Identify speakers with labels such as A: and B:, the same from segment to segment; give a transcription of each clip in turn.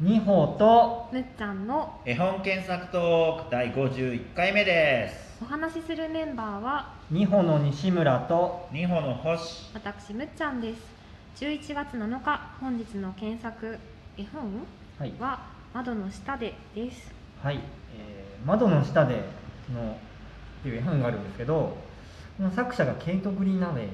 A: 二歩と
B: むっちゃんの
C: 絵本検索トーク第51回目です
B: お話しするメンバーは
A: 二歩の西村と
C: 二歩の星
B: 私むっちゃんです11月7日本日の検索絵本
A: はい
B: は窓の下でです
A: はい、えー窓の下でのっていう絵本があるんですけどこの作者がケイト・グリーナウェイっていう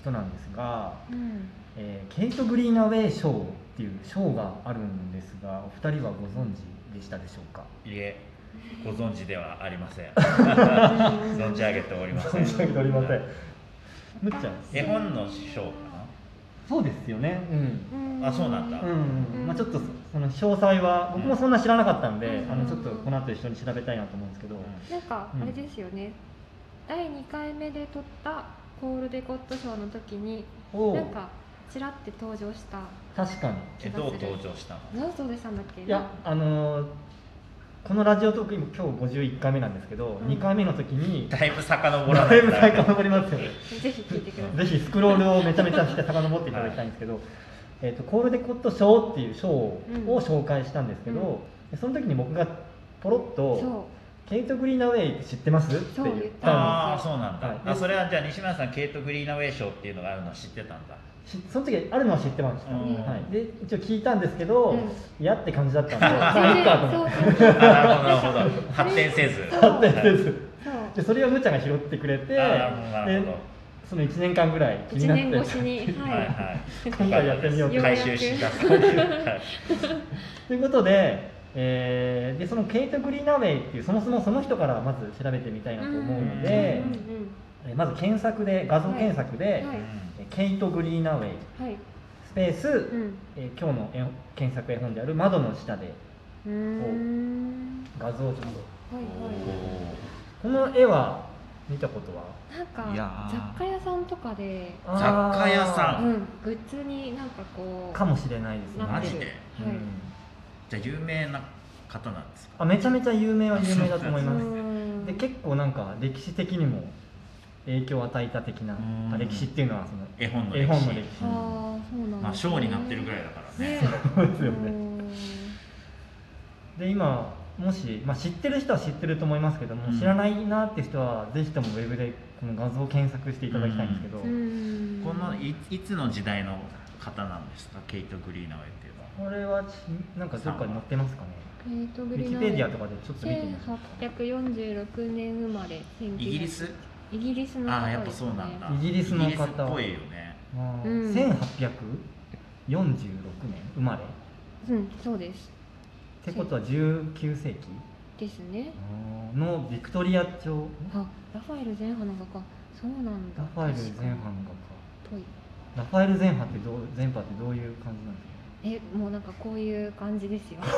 A: 人なんですが、
B: うん
A: えーケイト・グリーナウェイ賞っていう賞があるんですがお二人はご存知でしたでしょうか
C: いえご存知ではありません存
B: 存
C: じ上げておりませ ん
A: 存じ上げておりませんむっちゃん
C: 絵本の師匠か
A: そうですよねうん
C: あそうなんだ
A: うんうんうんまあ、ちょっとそその詳細は僕もそんな知らなかったんで、
B: うん
A: あのちょっとこの後一緒に調べたいなと思うんですけど、
C: な
B: なんかあれですよね、第2回目で撮ったコールデコット賞の時に
A: おう
B: なんかちらって登場した
A: 確かに
C: えどう登場したの
B: 何登場したんだっけ
A: いやあのーこのラジオトーク今今日51回目なんですけど、
B: うん
A: 2回目の時 に
C: だいぶ遡ら
A: だ
C: ないい
A: ぶ再か
C: と
A: りますよね
B: ぜひ聞いてください
A: ぜひスクロールをめちゃめちゃして遡っていただきたいんですけど、えー、とコールデコット賞っていう賞を
B: うん
A: 紹介したんですけど、その時に僕がポロッと
B: そ
A: 「ケイト・グリーナウェイって知ってます?」って
B: そう
A: 言ったん
B: 言
A: で
B: っ
A: す
B: た
C: ああそうなんだ、
A: はい
C: あそれはじゃあ西村さんケイト・グリーナウェイ賞っていうのがあるの知ってたんだ
A: しその時あるのは知ってました、
C: うん
A: はい、で一応聞いたんですけど、
B: うん
A: 嫌って感じだったん で
B: う
A: まあいいかと思って
B: そうそうそう
C: あなるほどなるほど発展せず
B: そ う
A: 発展せず
B: そう
A: でそれをむちゃんが拾ってくれて
C: あなるほどなるほ
A: でその1年間ぐらい気に
B: 1
A: な
B: 年
A: っ
B: 越
A: て
B: しに、
C: どはい
B: はい、
C: はい
A: 今回やってみよう
B: と
C: 回収しだす
A: ということで,、えーでそのケイト・グリーナウェイっていうそもそもその人からまず調べてみたいなと思うので、
C: うん
A: えーまず検索で画像検索で、
B: はい
A: えーケイト・グリーナウェイ
B: はい、
A: スペース、
B: うん、
A: えー今日の絵本検索絵本である窓の下で
B: うーん、
A: 画像をちょっと
B: はい
C: お
A: この絵は見たことは
B: はい、なん
C: いや
B: か
C: ー
B: 雑貨屋さんとかで、
A: あー
C: 雑貨屋さ
B: うん、グッズになんかこう、
A: かもしれないですね
B: な
C: マ
B: って
C: ジ
B: る
C: で
A: う
B: は
A: ん
B: い、
C: じゃあ有名な方なんですか
A: あめちゃめちゃ有名は有名だと思います
B: うん
A: で結構なんか歴史的にも影響を与えた的な
C: うん
A: あ歴史っていうのはその
C: 絵本の
A: 絵
C: 歴
A: 本
C: 史
A: の歴史
B: あーそうなんですね
C: まあ賞になってるぐらいだからね
B: ね
A: そうですよね
B: うん
A: で今もし、まあ、知ってる人は知ってると思いますけども、
C: うん
A: 知らないなって人はぜひともウェブでこの画像を検索していただきたいんですけど、
B: うん
C: このいいつの時代の方なんですかケイト・グリーナウェイっていうのは
A: これはちなんかどっかに載ってますかね
B: えーと
A: ウ
B: グリ
A: ィキ
B: ナ
A: ペディアとかでちょっと見てみます
B: 1846年生まれ1900
C: イギリス
B: イギリスの
C: ああ
B: 方
C: やっ
B: で
C: ぱ
B: す
C: そうなんだ
A: イギリスの方
C: イギリスっぽいよね
A: あー
B: うん
A: 1846年生まれっ
B: うんそうです
A: てことは19世紀
B: ですね
A: のビクトリア朝
B: あラファエル前半の画かそうなんだ
A: ラファエル前半が
B: っ
A: か
B: ぽい
A: ラファエル前半ってどう前半ってどういう感じなんですか
B: えもうなんかこういう感じですよ
C: もう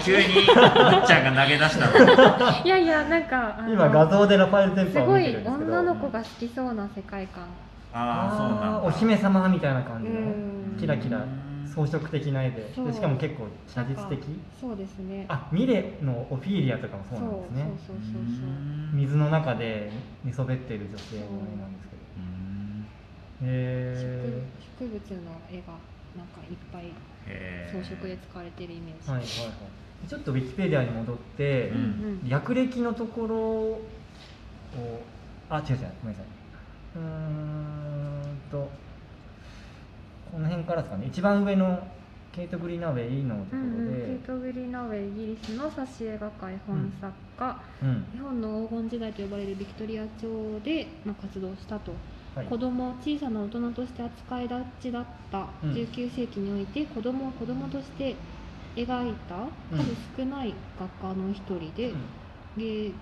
C: 急にむっちゃんが投げ出 したの
B: いやいやなんかあの
A: 今画像でラファエル前
B: す
A: 半を
B: ご
A: 見て
B: い
A: るんですけど
B: 女の子が好きそうな世界観
C: ああそうなんだ
A: お姫様みたいな感じの
B: うん
A: キラキラ装飾的な絵で
B: そう
A: でしかも結構写実的
B: そうですね
A: あミレのオフィーリアとかもそうなんですね
B: そうそうそうそう
A: 水の中で寝そべってる女性の絵なんですけど
C: う
B: 植
C: ん
A: へ
B: 植物の絵がなんかいっぱい
C: へ
B: 装
C: ー
B: 飾で使われてるイメー
A: ー
B: ジ、
A: はいはいはいちょっとウィキペディアに戻って、
B: うんうん
A: 略歴のところをあ違う違うごめんなさいうーんとこの辺からですかね一番上のケイト・グリーナウェイのとこ
B: う
A: ろで、
B: んうん、ケイト・グリーナウェイイギリスの挿絵画家絵本作家、
A: うん
B: 絵本の黄金時代と呼ばれるビクトリア朝で、まあ、活動したと、
A: はい
B: 子供を小さな大人として扱い立ちだった
A: うん
B: 19世紀において子供を子供として描いた
A: うん
B: 数少ない画家の一人で、
A: うん
B: ゲグ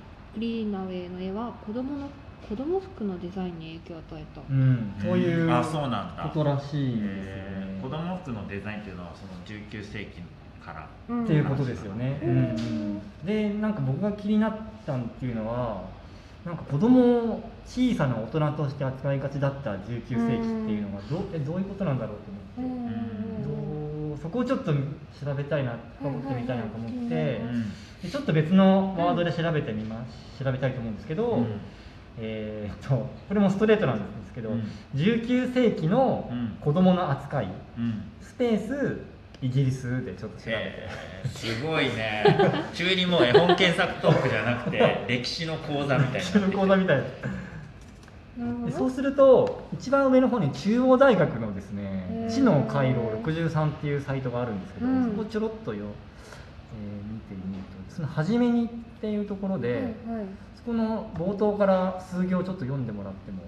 B: リーナウェイの絵は子供の子供服のデザインに影響を与えた、
A: うん、そういう
C: あ
A: こ
C: そうなんだ
A: とらしいんですよ
C: へ
A: ね
C: ー。子供服のデザインっていうのはその19世紀から
B: うん
A: っていうことですよね。
B: うん
A: うんでなんか僕が気になったっていうのはなんか子供を小さな大人として扱いがちだった19世紀っていうのがど,、うえどういうことなんだろうと
B: うんう
A: 思
B: ん
A: って、
B: うん
A: どうそこをちょっと調べたいな深掘ってみたいなと思って、
B: はいはいはいう
A: でちょっと別のワードで調べてみます調べたいと思うんですけど、
C: うん
A: えーっとこれもストレートなんですけど、
C: うん
A: 19世紀の子供の扱い、
C: うん
A: スペースイギリスでちょっと調べて、
C: えーすごいね急にもう絵本検索トークじゃなくて歴史の講座みたいになって
A: 中高だみたいな
B: なるほど
A: で
B: ね
A: そうすると一番上の方に中央大学のです
B: へ
A: ね
B: ー
A: 知能回廊63っていうサイトがあるんですけど、
B: うん
A: そこちょろっとよ、えー見てみるとその「初めに」っていうところで、
B: はいはい、
A: そこの冒頭から数行ちょっと読んでもらっても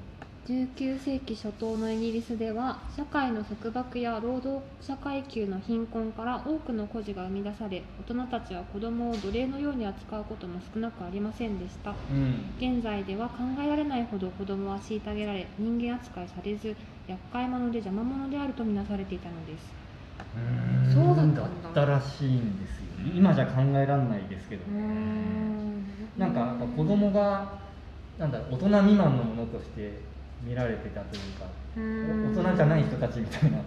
B: 19世紀初頭のイギリスでは社会の束縛や労働者階級の貧困から多くの孤児が生み出され大人たちは子供を奴隷のように扱うことも少なくありませんでした
A: うん
B: 現在では考えられないほど子供は虐げられ人間扱いされず厄介者で邪魔者であるとみなされていたのですそうだったんだ
A: ったらしいんですよ今じゃ考えられないですけど、なんかやっぱ子供がなんだろう大人未満のものとして見られてたというか、お大人じゃない人たちみたいな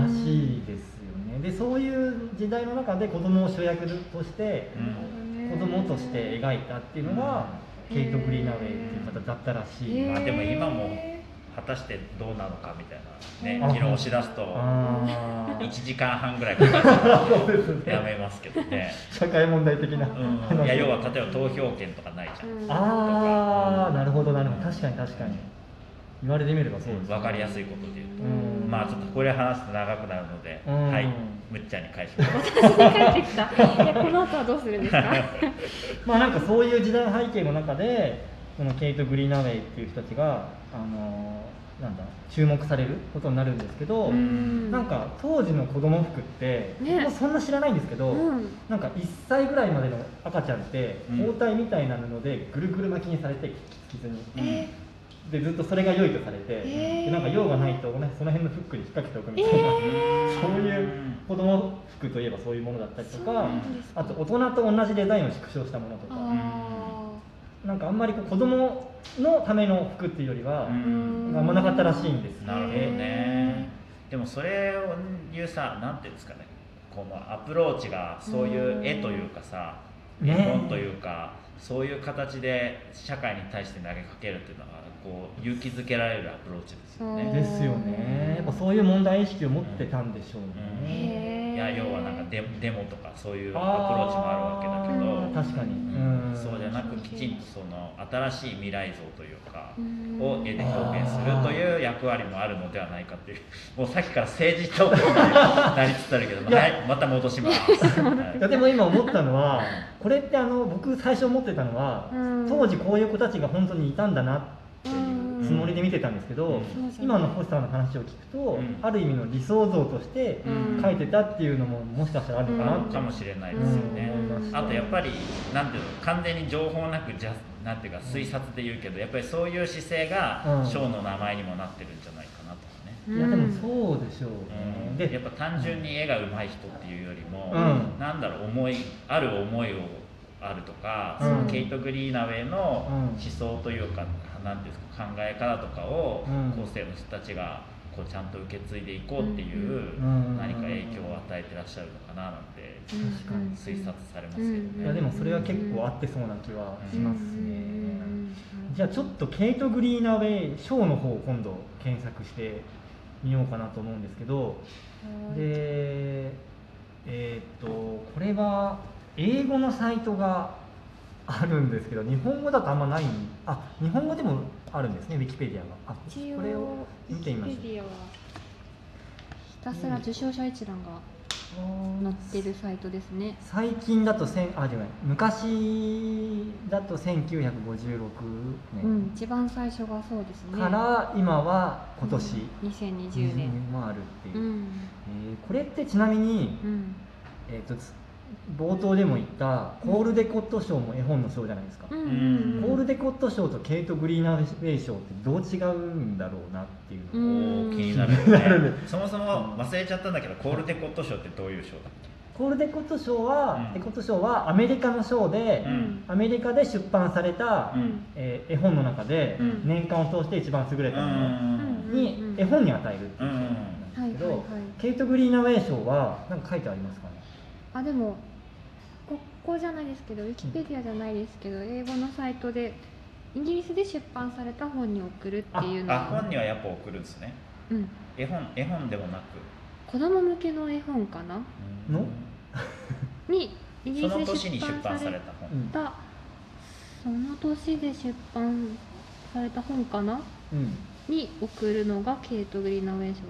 A: らしいですよねでそういう時代の中で子供を主役として
C: うん
A: 子供として描いたっていうのがケイト・グリーナウェイっていう方だったらしい、
C: まあでも今も
B: へ
C: 果たしてどうなのかみたい
B: あ
C: なね議論をしだすと
A: あ あ
C: 1時間半ぐらいかかる
A: そうです
C: のでや
A: ね
C: めますけどね、
A: 社会問題的な、
C: うん、いや要は例えば投票権とかないじゃん、
B: ー
A: ああなるほどなるほど
C: うん
A: 確かに確かに言われてみればそうです、ね、
C: 分かりやすいことで言うと、
A: うん
C: まあちょっとこれ話すと長くなるので、
A: うん
C: はいむっちゃんに返します
B: 帰ってきた。でこの後はどうするんです か。
A: まあなんかそういう時代の背景の中でそのケイト・グリーナウェイっていう人たちが、あのーなんだ注目されることになるんですけど、
B: うん
A: なんか当時の子供服って、
B: ね
A: もうそんな知らないんですけど、
B: うん。
A: なんか1歳ぐらいまでの赤ちゃんって
C: うん
A: 包帯みたいな布でぐるぐる巻きにされてキツキツに
B: え
A: でずっとそれが良いとされて、
B: えー
A: でなんか用がないとねその辺のフックに引っ掛けておくみ
B: え
A: たい な、
B: ー。
A: そういう子供服といえばそういうものだったりと
B: そう
A: か
B: なんですか
A: あと大人と同じデザインを縮小したものとか
B: あ
A: なんかあんまりこう子供のための服っていうよりは、
C: うん
B: ーうん
A: あんまなかったらしいんですよ
C: なるほど
B: へ
C: ねでもそれを言うさなんていうんですかねこのアプローチがそういう絵というかさ絵
A: ね
C: 本というか、そういう形で社会に対して投げかけるっていうのはこう勇気づけられるアプローチですよ
B: うん
C: ね。
A: ですよねやっぱそういう問題意識を持ってたんでしょう
C: うん
A: ね、
B: へー
C: いや要はなんかデデモとかそういうア
A: あ
C: プローチもあるわけだけ
A: ー
C: ど
B: うん
A: 確かに、
C: うん
A: ん
C: そうじゃなくきちんとその新しい未来像というか
B: う。ん
C: を絵で表現するという役割もあるのではないかというもうさっきから政治トークになりつつあるけども、
A: いや
C: はい、また戻します、
A: いや
C: は
A: でも今思ったのはこれってあの僕最初思ってたのは、
B: うん
A: 当時こういう子たちが本当にいたんだなっていうつもりで見てたんですけど、
C: うん
A: 今の星さんの話を聞くと、
C: ん
A: ある意味の理想像として
B: うん
A: 書いてたっていうのももしかしたらあるのかなっ
C: い、
A: て、
C: かもしれないですよね、
B: うん
C: あとやっぱりなんていうの完全に情報なくじゃなんていうか推察で言うけどやっぱりそういう姿勢
A: う
C: が
A: ん
C: ショーの名前にもなってるんじゃないかなとかね
A: いやでもそうでしょうね、
C: うん、
A: で
C: やっぱ単純に絵が上手い人っていうよりも、
A: うん
C: なんだろう思いある思いをあるとか、
A: うん
C: そのケイト・グリーナウェイの
A: うん
C: 思想というか、なんていうんですか考え方とかを
A: うん
C: 後世の人たちがこうちゃんと受け継いでいこうっていううん何か影響を与えてらっしゃるのかななんて
A: 確かに
C: 推察されますけどね。
B: うん
A: いやでもそれは結構合ってそうな気はしますね、じゃあちょっとケイト・グリーナウェイショーの方を今度検索してみようかなと思うんですけどでえーっとこれは英語のサイトがあるんですけど日本語だとあんまないあ日本語でもあるんですねウィキペディアがあ
B: 一応
A: これを見てみましょ
B: ウィキペディアはひたす
A: う
B: ら
A: ん
B: 受賞者一覧が
A: う
B: 載ってるサイトですね。
A: 最近だと千あじゃない昔だと1956
B: うん、
A: 年
B: 一番最初がそうですね。
A: から今は今年
B: 2020年。
A: もあるっていう、
B: う
A: え
B: ん。
A: ーこれってちなみに、
B: うん。
A: えー、とつ冒頭でも言ったコールデコット賞も絵本の賞じゃないですか、
B: う
A: コ
B: ん
C: うん
A: ールデコット賞とケイト・グリーナウェイ賞ってどう違うんだろうなっていう
B: う
A: のを、
C: お
B: ん
C: ー気になる
A: 気になる
C: よね
A: ね
C: そもそも忘れちゃったんだけどコールデコット賞ってどういう賞だっ
A: コールデコット賞は、
C: うん
A: デコット賞はアメリカの賞で、
C: うん
A: アメリカで出版された、
C: うん
A: えー絵本の中で、
C: うん
A: 年間を通して一番優れ
C: け、
A: たものに
B: うん
A: 絵本に与えるっていう賞なん
B: は
A: で
B: い
A: すけど、
B: はいはい。
A: ケイト・グリーナウェイ賞は何か書いてありますかね
B: あでもここじゃないですけど、ウィキペディアじゃないですけど、英語のサイトでイギリスで出版された本に送るっていうの
C: あ
B: が、
C: 本にはやっぱ送るんですね
B: うん、
C: 絵本絵本でもなく
B: 子供向けの絵本かな
A: の
B: にイギ
C: そ
B: リスで
C: の年に
B: 出
C: 出
B: 版
C: 版
B: さ
C: さ
B: れ
C: れた本、
A: うん
B: たその年で出版された本かな
A: うん
B: に送るのがケイト・グリーナウェイ賞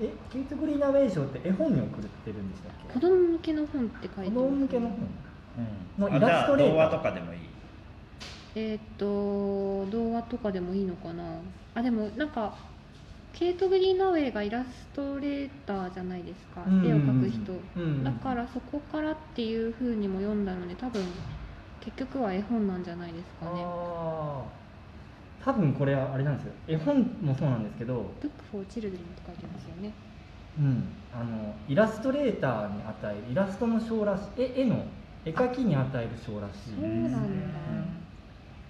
A: えケイト・グリーナウェイ賞って絵本に送ってるんでしたっけ
B: 子供向けの本って書いてます、
A: 子供向けの本
C: うん
A: の
C: あ
A: イラストレーター
C: じゃあ童話とかでもいい
B: えーっと動画とかでもいいのかなあでもなんかケイト・グリーナウェイがイラストレーターじゃないですか、絵を描く人、
A: うんうんうん
B: だからそこからっていう風にも読んだので多分結局は絵本なんじゃないですかね
A: ああ多分これはあれなんですよ絵本もそうなんですけど、
B: 「Book for Children」って書いてますよね
A: うん、あのイラストレーターに与えるイラストの賞らしい絵絵の絵描きに与える賞らしい
B: そう
A: で
B: なんだ、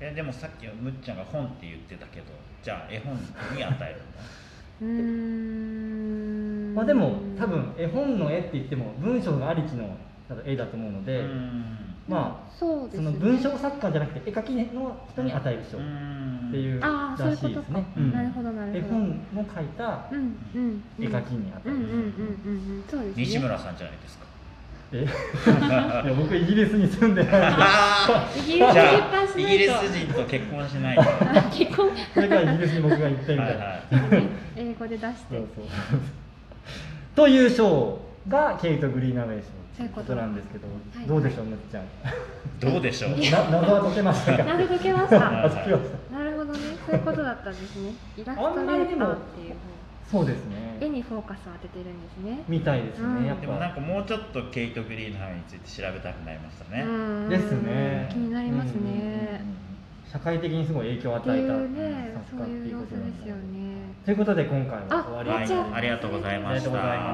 C: えでもさっきむっちゃんが本って言ってたけどじゃあ絵本に与える
B: うーん
A: すまあでも多分絵本の絵って言っても文章がありきの多分絵だと思うので、
C: のうん
A: まあ
B: そうです
A: その
B: ね
A: 文章作家じゃなくて絵描きの人に与える賞っ
C: って
A: いう
B: あ
A: ら
B: あそういう
A: し
B: こ
A: い
B: と
A: です
B: か
A: ね、、うん
B: なるほどな
A: 絵
B: るほど
A: 本の描いた
B: うんうんうん
A: 絵描きに与
B: う
A: え
B: んうん
A: る
B: うんうんうんそうですね
C: 西村さんじゃないですか
A: えいや僕イギリスに住んでないん で
C: あ
B: イギリ
C: じ
B: ス出
C: ゃあ
B: 発し
C: イ
B: な
C: ギ
B: い
C: リ
B: と
C: ス人と結婚しな いとは
B: 結婚
A: これからイギリスに僕が行って
C: い
A: みたいな。
C: はい
B: 英語で出し
A: そうそ
B: て
A: うという賞がケイト・グリーナウェイ賞
B: そ
A: とい
B: ういう
A: う
B: こ
A: こととなんですけど、
B: い
A: どうでしょう、むっちゃん。
C: どうでしょう
A: な謎は解けましたか
B: なるほど解けま
A: あ
B: した
A: 解けました
B: なるほどねそういうことだったんです ねイラストレーターっていう
A: そうです
B: 絵
A: ね。
B: にフォーカスを当ててるんですね
A: みたいですね、
B: うん
A: やっ
C: でもなん
A: ぱ。
C: かもうちょっとケイト・グリーンハイについて調べたくなりましたね、
B: うん
A: ですね。
B: 気になります
A: うんうんうん
B: ね
A: うん社会的にすごい影響を
B: って
A: 与
B: い
A: えた
B: うね
A: 作
B: そう
A: 家ってい
B: いう
A: う
B: 様
A: こ
B: 子
A: となん
B: です
A: だ
B: よね
A: ということで今回は終わりになり
B: あ
A: ま
C: は
A: す
C: い、ありがとうございました。
A: ありがとうございます